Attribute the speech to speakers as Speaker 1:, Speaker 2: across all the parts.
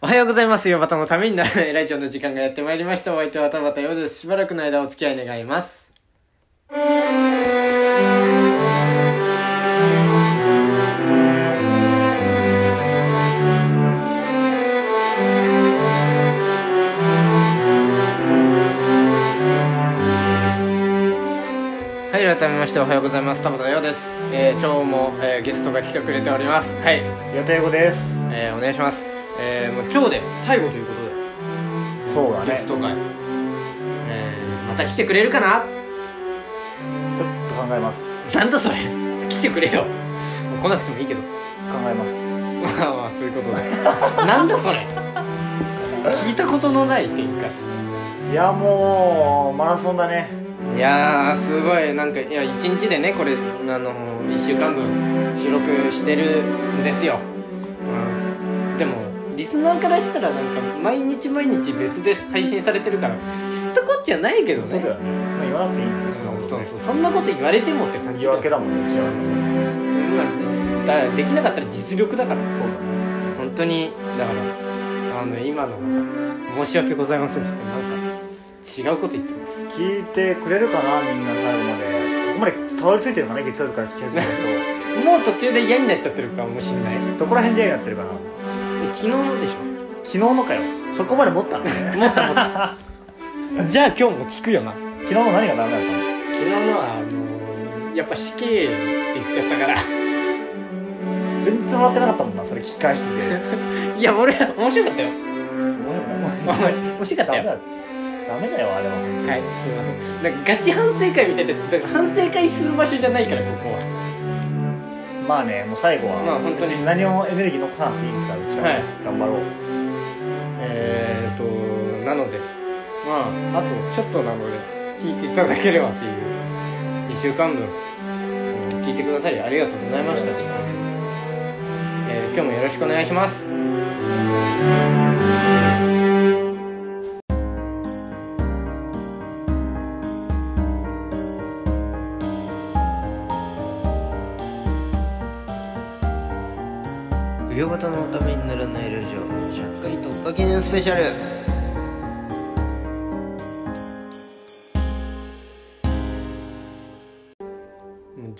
Speaker 1: おはようございます。ヨバタのためにならないラジオの時間がやってまいりました。お相手は田畑ヨです。しばらくの間お付き合い願います。はい、改めましておはようございます。田畑ヨです。えー今日も、えーゲストが来てくれております。はい、
Speaker 2: 予定語です
Speaker 1: えーお願いします。えーもう今日で最後ということで。
Speaker 2: そうだね
Speaker 1: ゲスト会、えー、また来てくれるかな
Speaker 2: ちょっと考えます
Speaker 1: なんだそれ来てくれよもう来なくてもいいけど
Speaker 2: 考えます
Speaker 1: まあまあそういうことで なんだそれ聞いたことのない展開
Speaker 2: いやもうマラソンだね
Speaker 1: いやーすごいなんかいや1日でねこれあの1週間分収録してるんですよ、うん、でもリスナーからしたらなんか毎日毎日別で配信されてるから知ったこっちゃないけど
Speaker 2: 僕
Speaker 1: ね
Speaker 2: だよねそんな言わなくていいんだよそんなことね
Speaker 1: そうそうそんなこと言われてもって感
Speaker 2: 言
Speaker 1: じ
Speaker 2: い
Speaker 1: だよ
Speaker 2: 訳だもんね違う
Speaker 1: まあ実だからできなかったら実力だから
Speaker 2: そうだね
Speaker 1: 本当にだからあの今のは申し訳ございませんしてなんか違うこと言ってます
Speaker 2: 聞いてくれるかなみんな最後までここまでたどり着いてるかね月曜日から聞き始めた人
Speaker 1: もう途中で嫌になっちゃってるかもしんない
Speaker 2: どこら辺でやってるかな
Speaker 1: 昨日のでしょ
Speaker 2: 昨日のかよそこまで持ったのね
Speaker 1: もったもったじゃあ今日も聞くよな
Speaker 2: 昨日の何がダメだったの
Speaker 1: 昨日のはあのーやっぱ死刑って言っちゃったから
Speaker 2: 全然もらってなかったもんなそれ聞き返してて
Speaker 1: いや俺面白かったよ
Speaker 2: 面白
Speaker 1: 面
Speaker 2: くない
Speaker 1: 白面白かった
Speaker 2: ダメ
Speaker 1: よ
Speaker 2: だダメだよあれは
Speaker 1: はいすいませんなんかガチ反省会みたいでだから反省会する場所じゃないからここは
Speaker 2: まあねもう最後は、
Speaker 1: まあ本当に
Speaker 2: 別に何もエネルギー残さなくていいですからうちらは、
Speaker 1: はい
Speaker 2: 頑張ろう
Speaker 1: えー、となのでまああとちょっとなので聞いていただければという1週間分うん聞いてくださりありがとうございました、えー今日もよろしくお願いしますうよばたのためにならないラジオ100回突破記念スペシャル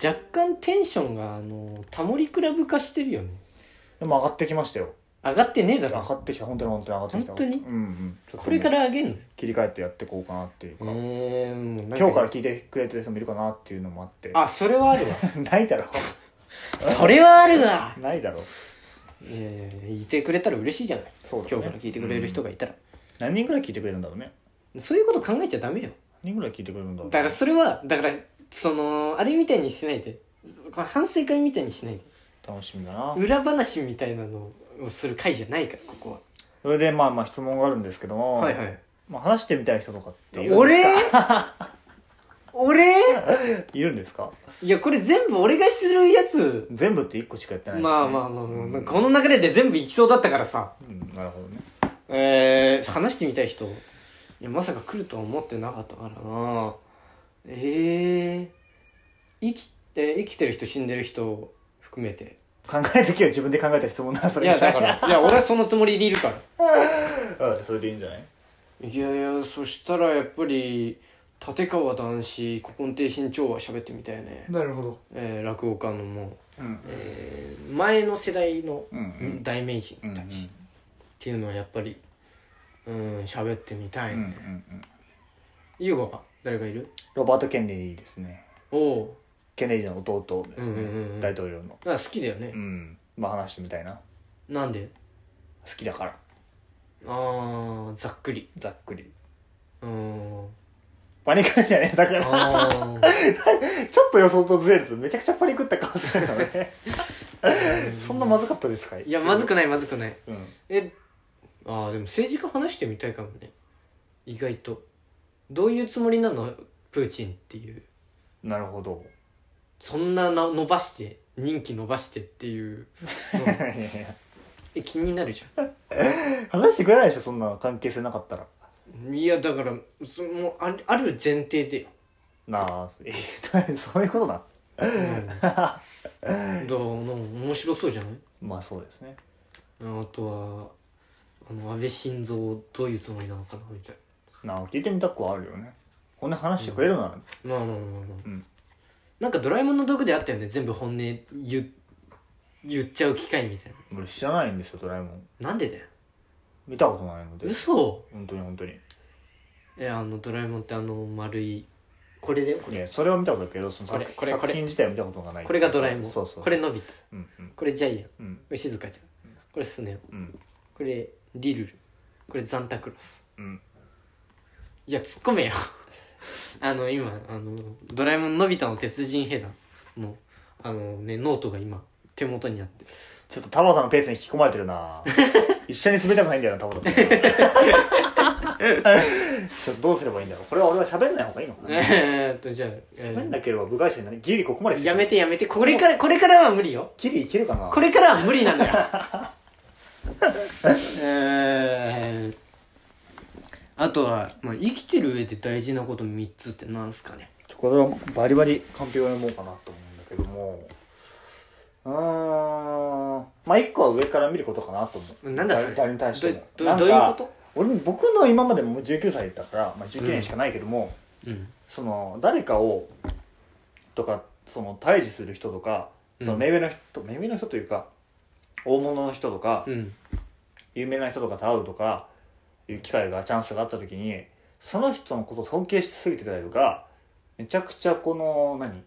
Speaker 1: 若干テンションがあのタモリクラブ化してるよね
Speaker 2: でも上がってきましたよ
Speaker 1: 上がってねえだ
Speaker 2: 上
Speaker 1: ろ
Speaker 2: がってきた本当に本当に上がってきた
Speaker 1: 本当に
Speaker 2: うんうんちょっと
Speaker 1: これから上げんの
Speaker 2: 切り替えてやっていこうかなっていうか、
Speaker 1: えー、もうなん
Speaker 2: 今日から聞いてくれてる人もいるかなっていうのもあって
Speaker 1: あそれはあるわ
Speaker 2: ないだろ
Speaker 1: それはあるわ
Speaker 2: ないだろ
Speaker 1: いやいやいやいてくれたら嬉しいじゃない
Speaker 2: そうだね
Speaker 1: 今日から聞いてくれる人がいたら、
Speaker 2: 何人ぐらい聞いてくれるんだろうね
Speaker 1: そういうこと考えちゃダメよ
Speaker 2: 何人ぐらい聞いてくれるんだろうね、
Speaker 1: だからそれはだからそのあれみたいにしないでこれ反省会みたいにしないで
Speaker 2: 楽しみだな
Speaker 1: 裏話みたいなのをする会じゃないからここは
Speaker 2: それでまあまあ質問があるんですけども、
Speaker 1: い
Speaker 2: まあ、話してみたい人とかっているんで
Speaker 1: 俺 俺
Speaker 2: すいるんですか
Speaker 1: いやこれ全部俺がするやつ
Speaker 2: 全部って1個しかやってない、
Speaker 1: まあまあまあ、まあ、この流れで全部いきそうだったからさ
Speaker 2: うん、なるほどね
Speaker 1: えー、話してみたい人いやまさか来るとは思ってなかったからなええ生きて生きてる人死んでる人含めて
Speaker 2: 考えてきよ自分で考えた質問なそ
Speaker 1: い
Speaker 2: れ
Speaker 1: やだから いや俺はそのつもりでいるから
Speaker 2: ら、 うん、それでいいんじゃない
Speaker 1: いやいやそしたらやっぱり立川談志古今亭新潮は喋ってみたいね、
Speaker 2: なるほど
Speaker 1: えー、落語家のもう、
Speaker 2: うん
Speaker 1: えー前の世代の
Speaker 2: うんうん
Speaker 1: 大名人
Speaker 2: うんうん
Speaker 1: たちっていうのはやっぱりうん喋ってみた
Speaker 2: う
Speaker 1: い、
Speaker 2: んうんうん
Speaker 1: 優子は誰かいる
Speaker 2: ロバート・ケネディですね
Speaker 1: おお
Speaker 2: ケネディの弟ですね、
Speaker 1: うんうんうん
Speaker 2: 大統領の
Speaker 1: あ好きだよね
Speaker 2: う、んまあ話してみたいな
Speaker 1: なんで
Speaker 2: 好きだから
Speaker 1: ああざっくり
Speaker 2: ざっくり
Speaker 1: うーん
Speaker 2: パニックじゃねえだから
Speaker 1: あー
Speaker 2: ちょっと予想とずれるとめちゃくちゃパニックった顔するのねそんなまずかったですかい
Speaker 1: いやまずくないまずくない
Speaker 2: うん
Speaker 1: えああでも政治家話してみたいかもね意外とどういうつもりなのプーチンっていう
Speaker 2: なるほど
Speaker 1: そんなな伸ばして任期伸ばしてっていうのえ気になるじゃ
Speaker 2: 話してくれないでしょそんな関係性なかったら
Speaker 1: んいやだからそもうあある前提で
Speaker 2: なあえ そういうことだ
Speaker 1: うんどうも面白そうじゃない
Speaker 2: まあそうですね
Speaker 1: あとは安倍晋三どういうつもりなのかなみたい
Speaker 2: なあ聞いてみたくはあるよねこんな話してくれるなら、
Speaker 1: なまあまあまあまあ、
Speaker 2: うん
Speaker 1: なんかドラえもんの道具であったよね全部本音言言っちゃう機会みたい
Speaker 2: 俺知らないんですよドラえもん
Speaker 1: ななんでだよ
Speaker 2: 見たことないので
Speaker 1: 嘘
Speaker 2: 本当に本当に
Speaker 1: えあのドラえもんってあの丸いこれでこ
Speaker 2: い
Speaker 1: れ
Speaker 2: やそれは見たことあるけどその作
Speaker 1: これこれこれ
Speaker 2: 作品自体は見たことがない
Speaker 1: これがドラえもん
Speaker 2: そうそう
Speaker 1: これのび太
Speaker 2: うんうん
Speaker 1: これジャイアンこ
Speaker 2: うん
Speaker 1: れ静香ちゃんこれスネ夫
Speaker 2: うん
Speaker 1: これリルルこれザンタクロス
Speaker 2: うん
Speaker 1: いや突っ込めよ あの今あの「ドラえもんのび太の鉄人兵団の」あのねノートが今手元にあ って
Speaker 2: ちょっと田畑のペースに引き込まれて るな一緒に滑りたくないんだよな田畑君 ちょっとどうすればいいんだろうこれは俺は喋んない方がいいのかな
Speaker 1: えーっとじゃあ、え
Speaker 2: 喋ん
Speaker 1: ー
Speaker 2: なければ部外者になりギリここまで
Speaker 1: やめてやめてこれからこれからは無理よ
Speaker 2: ギリいけるかな
Speaker 1: これからは無理なんだよ えー、あとは、まあ、生きてる上で大事なこと3つってなんすかね
Speaker 2: これはバリバリカンペを読もうかなと思うんだけどもうーんまあ一個は上から見ることかなと思う
Speaker 1: なんだそれ
Speaker 2: 誰誰に対しても
Speaker 1: ど
Speaker 2: な
Speaker 1: ど
Speaker 2: ん
Speaker 1: ど
Speaker 2: か
Speaker 1: ういうこと
Speaker 2: 俺僕の今までも19歳だったから、まあ、19年しかないけども、
Speaker 1: うん
Speaker 2: その誰かをとかその対峙する人とかその
Speaker 1: うん
Speaker 2: 目上の人、目上の人というか大物の人とか、
Speaker 1: うん
Speaker 2: 有名な人とかと会うとかいう機会がチャンスがあった時にその人のことを尊敬しすぎてたりとかめちゃくちゃこの何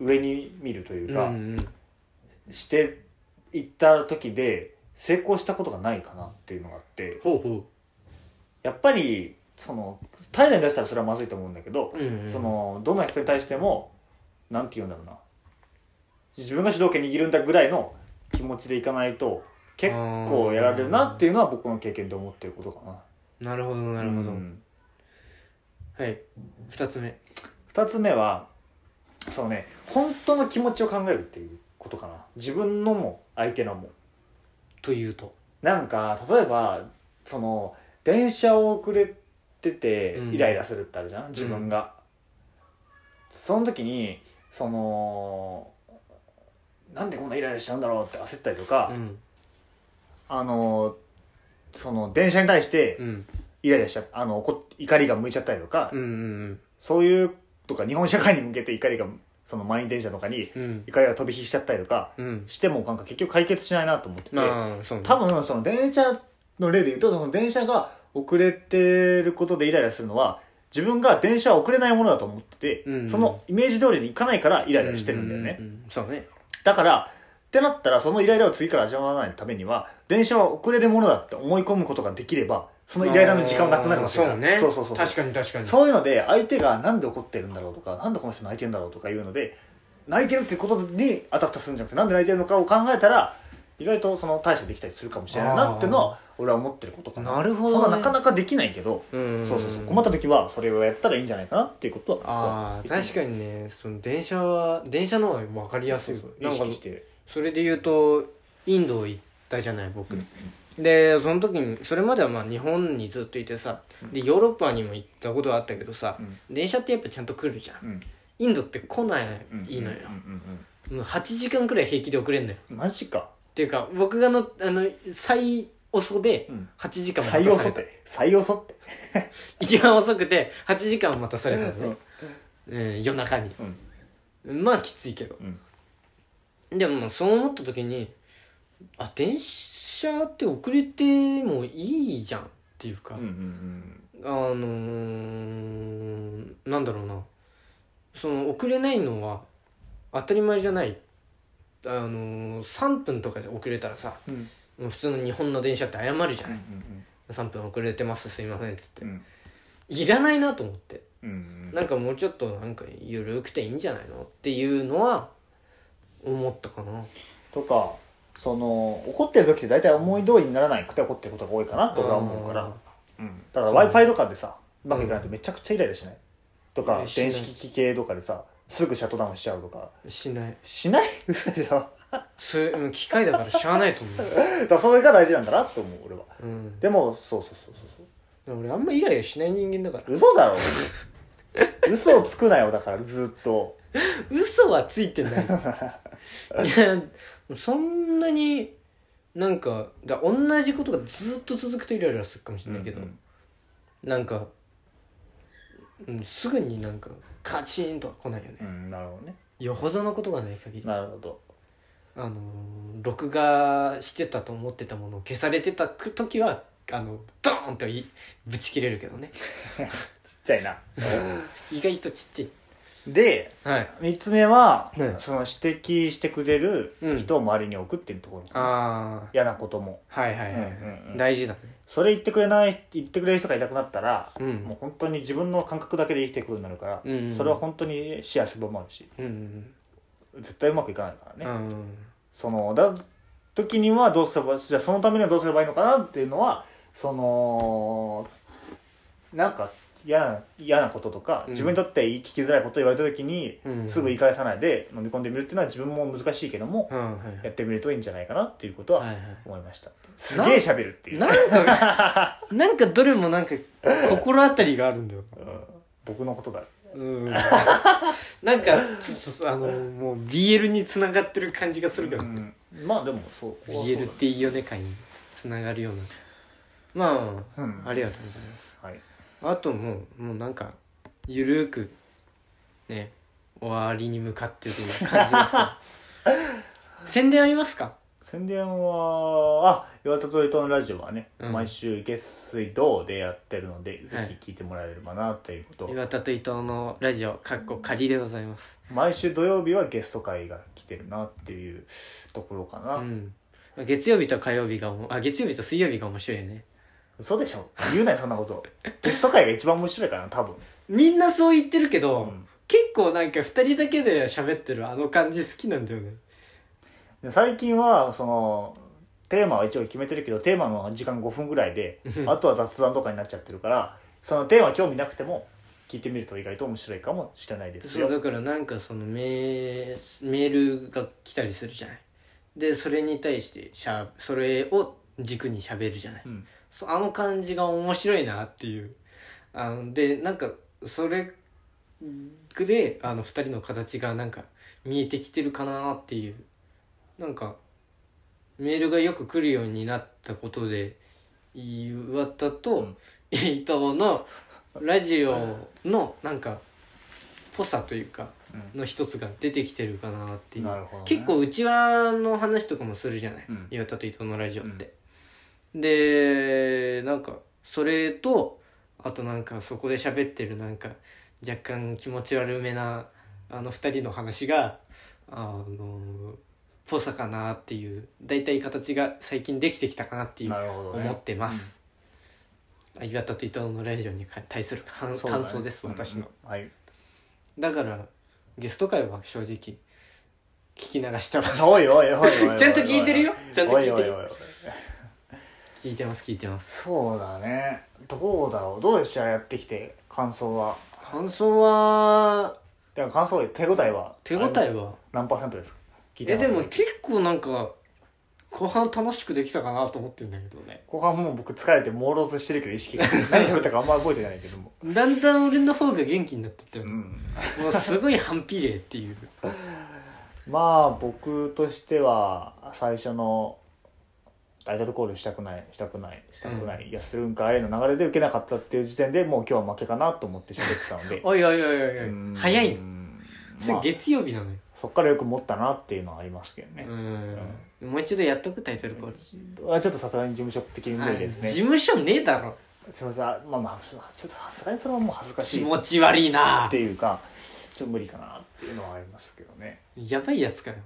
Speaker 2: 上に見るといううんか、
Speaker 1: うん
Speaker 2: していった時で成功したことがないかなっていうのがあって
Speaker 1: ほうほ
Speaker 2: やっぱりその態度に出したらそれはまずいと思うんだけど、
Speaker 1: ううんうん
Speaker 2: そのどんな人に対してもなんて言うんだろうな自分が主導権握るんだぐらいの気持ちでいかないと結構やられるなっていうのは僕の経験で思ってることかな。
Speaker 1: なるほどなるほど、
Speaker 2: うん
Speaker 1: はい2つ目
Speaker 2: 二つ目はそうね本当の気持ちを考えるっていうことかな自分のも相手のも
Speaker 1: というと
Speaker 2: なんか例えばその電車を遅れてて
Speaker 1: うん
Speaker 2: イライラするってあるじゃん自分が、その時にそのなんでこんなイライラしちゃうんだろうって焦ったりとか、
Speaker 1: うん
Speaker 2: あのその電車に対して
Speaker 1: うん
Speaker 2: イライラしちゃあのこ怒りが向いちゃったりとか、
Speaker 1: うんうん
Speaker 2: そういうとか日本社会に向けて怒りがその満員電車とかに
Speaker 1: うん
Speaker 2: 怒りが飛び火しちゃったりとか
Speaker 1: うん
Speaker 2: してもなんか結局解決しないなと思ってて、
Speaker 1: まあそうね
Speaker 2: 多分その電車の例で言うとその電車が遅れてることでイライラするのは自分が電車は遅れないものだと思ってて、
Speaker 1: うん
Speaker 2: そのイメージ通りに行かないからイライラしてるんだよね、
Speaker 1: うううんそうね
Speaker 2: だからってなったらそのイライラを次から味わわないためには電車は遅れるものだって思い込むことができればそのイライラの時間がなくなるわけだ
Speaker 1: そうね
Speaker 2: そうそうそう
Speaker 1: 確かに確かに
Speaker 2: そういうので相手がなんで怒ってるんだろうとかなんでこの人泣いてるんだろうとかいうので泣いてるってことにあたふたするんじゃなくてなんで泣いてるのかを考えたら意外とその対処できたりするかもしれないなっていうのは俺は思ってることかな
Speaker 1: なるほどね
Speaker 2: そんななかなかできないけど、
Speaker 1: うん
Speaker 2: そうそうそう困った時はそれをやったらいいんじゃないかなっていうことは
Speaker 1: ああ確
Speaker 2: に
Speaker 1: かにねその電車は電車の方が分かりやすい
Speaker 2: そうそう
Speaker 1: な
Speaker 2: 意
Speaker 1: んか
Speaker 2: 識して
Speaker 1: それで言うとインド行ったじゃない僕でその時にそれまではまあ日本にずっといてさでヨーロッパにも行ったことはあったけどさ
Speaker 2: うん
Speaker 1: 電車ってやっぱちゃんと来るじゃん
Speaker 2: うん
Speaker 1: インドって来ない
Speaker 2: うん
Speaker 1: いいのよ
Speaker 2: うんうん
Speaker 1: もう8時間くらい平気で遅れんのよ
Speaker 2: うんマジか、
Speaker 1: っていうか僕がのあの最遅で
Speaker 2: うん、
Speaker 1: 8時間
Speaker 2: 採用
Speaker 1: た
Speaker 2: そ
Speaker 1: さ
Speaker 2: っ
Speaker 1: れた
Speaker 2: て採用そって
Speaker 1: 一番遅くて8時間待たされたのね、うん、夜中に
Speaker 2: うん
Speaker 1: まあきついけど
Speaker 2: うん
Speaker 1: でもそう思った時にあ電車って遅れてもいいじゃんっていうか、
Speaker 2: うんうん
Speaker 1: あのー、なんだろうなその遅れないのは当たり前じゃないあのー、3分とかで遅れたらさ
Speaker 2: うんうん
Speaker 1: もう普通の日本の電車って謝るじゃ
Speaker 2: うん
Speaker 1: ない、3分遅れてますすいませんっつって、
Speaker 2: うん
Speaker 1: いらないなと思って
Speaker 2: うんうん
Speaker 1: なんかもうちょっとなんか緩くていいんじゃないのっていうのは思ったかな
Speaker 2: とかその怒ってる時って大体思い通りにならないくて怒ってることが多いかなと俺は思うから、うんだから w i f i とかでさうまくいかないとめちゃくちゃイライラしないとか
Speaker 1: うんしない
Speaker 2: 電子機器系とかでさすぐシャットダウンしちゃうとか
Speaker 1: あーしない
Speaker 2: しない嘘でしょ
Speaker 1: それうん機械だからしゃあないと思
Speaker 2: だからそれが大事なんだなと思う俺は
Speaker 1: う、うん、で
Speaker 2: でもそうそうそうそうそう
Speaker 1: 俺あんまイライラしない人間だから
Speaker 2: 嘘 だろ嘘をつくなよだからずっと
Speaker 1: 嘘はついてないいやそんなになんかだ同じことがずっと続くとイライラするかもしれないけど、
Speaker 2: うん
Speaker 1: なんか、うん、すぐになんかカチンとは来ないよね
Speaker 2: う、ん、なるほどね
Speaker 1: よほどのことがない限り、
Speaker 2: なるほど
Speaker 1: あのー録画してたと思ってたものを消されてた時はあのドーンといぶち切れるけどね
Speaker 2: ちっちゃ いな
Speaker 1: 意外とちっち
Speaker 2: で
Speaker 1: ゃいはい
Speaker 2: 3つ目は、
Speaker 1: ね
Speaker 2: その指摘してくれる人を周りに置くっていうところ、
Speaker 1: あ
Speaker 2: 嫌なことも、
Speaker 1: あはいはいはい、
Speaker 2: うんうんうん
Speaker 1: 大事だね
Speaker 2: それ言ってくれない言ってくれる人がいなくなったら、
Speaker 1: うん
Speaker 2: もう本当に自分の感覚だけで生きていくことになるから、
Speaker 1: うんうん
Speaker 2: それは本当に幸せもあるし
Speaker 1: うんうん
Speaker 2: 絶対うまくいかないから
Speaker 1: う
Speaker 2: ね、
Speaker 1: ん、
Speaker 2: そのだ時にはどうすればじゃあそのためにはどうすればいいのかなっていうのはそのなんか嫌な嫌なこととか、
Speaker 1: うん
Speaker 2: 自分にとって聞きづらいことを言われた時に、
Speaker 1: うん
Speaker 2: すぐ言い返さないで飲み込んでみるっていうのは自分も難しいけども、
Speaker 1: うんうんはいは
Speaker 2: や
Speaker 1: い
Speaker 2: ってみるといいんじゃないかなっていうこと
Speaker 1: は
Speaker 2: はい
Speaker 1: はい
Speaker 2: 思いました、すげえ喋るっていう、
Speaker 1: なんかなんかどれもなんか心当たりがあるんだよ
Speaker 2: うん僕のことだ
Speaker 1: うんなんかちょっとあのもう BL につながってる感じがするけど、
Speaker 2: うんまあでもそうここはそうだ
Speaker 1: BL っていいよね会につながるようなまあ、
Speaker 2: うん
Speaker 1: ありがとうございます
Speaker 2: はい
Speaker 1: あともうもうなんかゆるーくね終わりに向かってという感じです か宣伝ありますか
Speaker 2: 宣伝はあ言われた通りとのラジオはね、
Speaker 1: うん
Speaker 2: 毎週月水道でやってるので、
Speaker 1: はい
Speaker 2: ぜひ聞いてもらえればなということ
Speaker 1: 岩田と伊藤のラジオかっこ仮でございます
Speaker 2: 毎週土曜日はゲスト会が来てるなっていうところかな、
Speaker 1: うん月曜日と火曜日がおもあ月曜日と水曜日が面白いよね
Speaker 2: 嘘でしょ言うなよそんなことゲスト会が一番面白いからな多分、
Speaker 1: みんなそう言ってるけど、
Speaker 2: うん
Speaker 1: 結構なんか2人だけで喋ってるあの感じ好きなんだよね
Speaker 2: で最近はそのテーマは一応決めてるけどテーマの時間5分ぐらいで
Speaker 1: うん
Speaker 2: あとは雑談とかになっちゃってるからそのテーマ興味なくても聞いてみると意外と面白いかもしれないです
Speaker 1: そう
Speaker 2: よ
Speaker 1: だからなんかそのメーメールが来たりするじゃないでそれに対してしゃそれを軸に喋るじゃない、
Speaker 2: うん
Speaker 1: そあの感じが面白いなっていうあのでなんかそれであの2人の形がなんか見えてきてるかなっていうなんかメールがよく来るようになったことで岩田
Speaker 2: う
Speaker 1: と
Speaker 2: ん
Speaker 1: 伊藤のラジオのなんかぽさというか
Speaker 2: うん
Speaker 1: の一つが出てきてるかなっていう
Speaker 2: なるほどね
Speaker 1: 結構うちわの話とかもするじゃない、
Speaker 2: うん
Speaker 1: 岩田と伊藤のラジオって、でなんかそれとあとなんかそこで喋ってるなんか若干気持ち悪めなあの二人の話があのぽさかなっていう大体形が最近できてきたかなっていう
Speaker 2: なるほど、ね、
Speaker 1: 思ってます、岩田と伊藤のラジオに対する感,、
Speaker 2: うんそうだね
Speaker 1: 感想です私の、、
Speaker 2: うんはい
Speaker 1: だからゲスト会は正直聞き流してます
Speaker 2: おいおいおいおいおいお い
Speaker 1: ちゃんと聞いてるよちゃんと聞いてる
Speaker 2: おおおおい
Speaker 1: 聞いてます聞いてます
Speaker 2: そうだねどうだろうどうでしたやってきて感想は
Speaker 1: 感想は
Speaker 2: では感想手応えは
Speaker 1: 手応えは
Speaker 2: 何パーセントですか聞いて
Speaker 1: え
Speaker 2: ます
Speaker 1: でも結構なんか後半楽しくできたかなと思ってるんだけどね
Speaker 2: 後半もう僕疲れて朦朧としてるけど意 識が何喋ったかあんま覚えてないけども
Speaker 1: だんだん俺の方が元気になってって、
Speaker 2: う
Speaker 1: も
Speaker 2: ん
Speaker 1: うすごい反比例っていう
Speaker 2: まあ僕としては最初のタイトルコールしたくないしたくないしたくない、いやするんかいの流れで受けなかったっていう時点でもう今日は負けかなと思って喋ってたので
Speaker 1: おいおいおいおいおい
Speaker 2: うん
Speaker 1: 早いのそれ
Speaker 2: まあ、
Speaker 1: 月曜日なのよ、
Speaker 2: そっからよく持ったなっていうのはありますけどね、
Speaker 1: うんもう一度やっとくタイトルコール
Speaker 2: あちょっとさすがに事務所的に無理です
Speaker 1: 事
Speaker 2: ね
Speaker 1: 務所ねえだろ
Speaker 2: すいませんあまあまあちょっとさすがにそれはもう恥ずかし
Speaker 1: 気
Speaker 2: い
Speaker 1: 持ち悪いな
Speaker 2: っていうかちょっと無理かなっていうのはありますけどね
Speaker 1: やばいやつかよ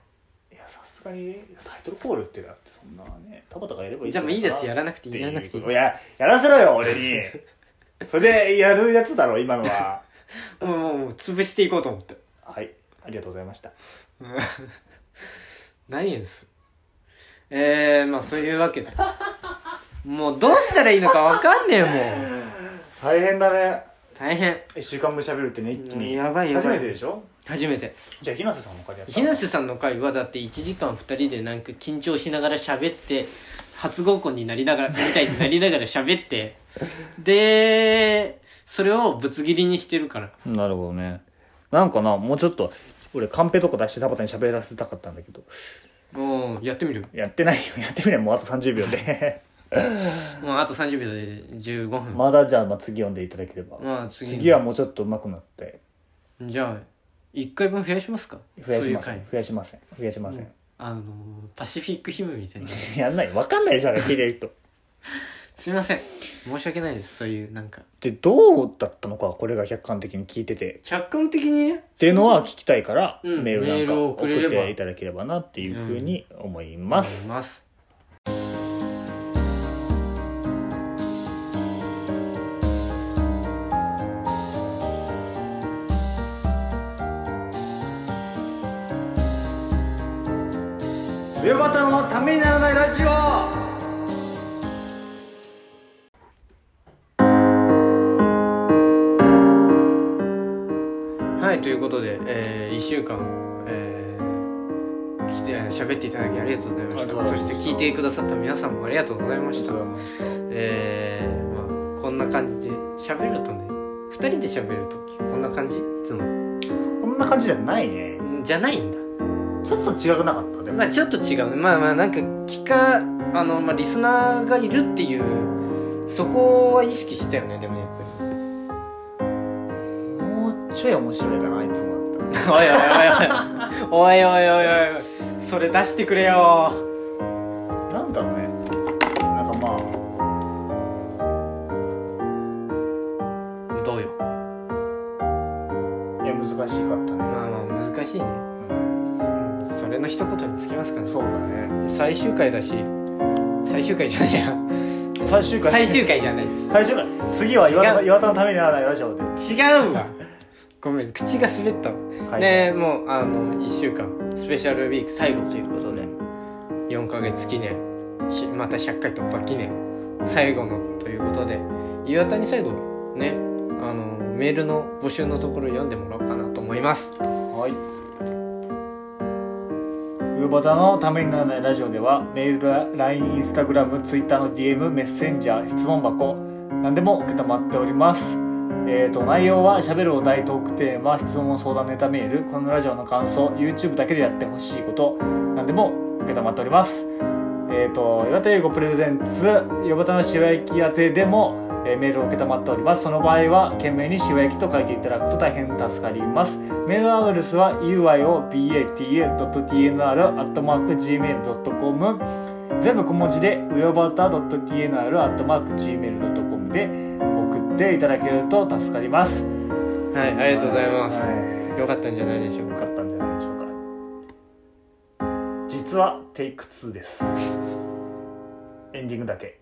Speaker 2: いやさすがにタイトルコールってだってそんなね田畑がやればいい
Speaker 1: じゃあもういいですや
Speaker 2: ら
Speaker 1: らなくていいやらなくていい
Speaker 2: いややらせろよ俺にそれでやるやつだろ今の は
Speaker 1: もうもうもう潰していこうと思って
Speaker 2: はいありがとうございました
Speaker 1: 何円ですえー、まあそういうわけでもうどうしたらいいのかわかんねえもう
Speaker 2: 大変だね
Speaker 1: 大変
Speaker 2: 1週間分喋るってね一気に
Speaker 1: やばいやばい
Speaker 2: 初めてでしょ
Speaker 1: 初めて
Speaker 2: じゃあ日向さんの会やった
Speaker 1: 日
Speaker 2: の
Speaker 1: 向さんの回はだって1時間2人でなんか緊張しながら喋って初合コンになりながらみたいになりながら喋ってでそれをぶつ切りにしてるから
Speaker 2: なるほどねなんかなもうちょっと俺カンペとか出して田畑に喋らせたかったんだけど
Speaker 1: うんやってみる
Speaker 2: やってないよやってみればもうあと30秒 で
Speaker 1: もうあと30秒で15分ま
Speaker 2: まだじゃあまあ次読んでいただければ
Speaker 1: あ次
Speaker 2: 次はもうちょっと上手くなって
Speaker 1: じゃあ1回分増やしますか
Speaker 2: 増や
Speaker 1: そう
Speaker 2: しませ
Speaker 1: いうん回
Speaker 2: 増やしません増やしません、
Speaker 1: あのーパシフィックヒムみたいな
Speaker 2: やんないわかんないでしょあれ聞いてる人
Speaker 1: すいません申し訳ないですそういうなんか
Speaker 2: でどうだったのかこれが客観的に聞いてて
Speaker 1: 客観的にね
Speaker 2: っていうのは聞きたいから、
Speaker 1: うん
Speaker 2: メールな
Speaker 1: メー
Speaker 2: ん
Speaker 1: ル
Speaker 2: か
Speaker 1: を
Speaker 2: 送
Speaker 1: く
Speaker 2: っ
Speaker 1: れれば
Speaker 2: ていただければなっていうふうに思います、
Speaker 1: 思います
Speaker 2: ウェブバタンはためにならないラジオ
Speaker 1: はいということで、え1週間、えー、来て喋っていただきありがとうございま
Speaker 2: あり
Speaker 1: し
Speaker 2: がとうござ
Speaker 1: たそ
Speaker 2: いまし
Speaker 1: したて聞いてくださった皆さんもありがとうございましたえー、まあこんな感じで喋るとね2人で喋るとこんな感じいつも
Speaker 2: こんな感じじゃないね
Speaker 1: んじゃないんだ
Speaker 2: ちょっと違くなかったでも、
Speaker 1: まあちょっと違うまあまあなんか聞かあの、まあ、リスナーがいるっていうそこは意識したよねでもやっぱり
Speaker 2: もうちょい面白いかないつもだっ
Speaker 1: おい おいおいおいおいおいおいおいそれ出してくれよ
Speaker 2: たらなんだろうねなんかまあ
Speaker 1: どうよ
Speaker 2: いや難しかったね、
Speaker 1: まあまあ難しいねそそれの一言につきますかね
Speaker 2: そうだね
Speaker 1: 最終回だし最終回じゃないや
Speaker 2: 最終回
Speaker 1: 最終回じゃないで
Speaker 2: 最終回次は岩
Speaker 1: 違
Speaker 2: 田
Speaker 1: う
Speaker 2: 岩田のためにならないラジオです
Speaker 1: 違うわごめん口が滑ったわ
Speaker 2: 書い
Speaker 1: ね
Speaker 2: て
Speaker 1: もうあの1週間スペシャルウィーク最後ということで4ヶ月記念ひまた100回突破記念最後のということで岩田に最後ねあのメールの募集のところ読んでもらおうかなと思います
Speaker 2: はい。ウーバタのためにならないラジオではメールや LINE、インスタグラム、ツイッターの DM、メッセンジャー、質問箱何でも受け止まっております。えー、と内容はしゃべるお題トークテーマ質問相談ネタメールこのラジオの感想 YouTube だけでやってほしいこと何でも受け止まっておりますえっ、と岩手英語プレゼンツ岩田の塩焼き宛てでも、えーメールを受け止まっておりますその場合は懸命に塩焼きと書いていただくと大変助かりますメールアドレスは uiobata.tnr.gmail.com 全部小文字で uiobata.tnr.gmail.com で送っていただけると助かります
Speaker 1: はいありがとうございます、
Speaker 2: は
Speaker 1: よかったんじゃないでしょうか
Speaker 2: いよかったんじゃないでしょうか実はテイク2ですエンディングだけ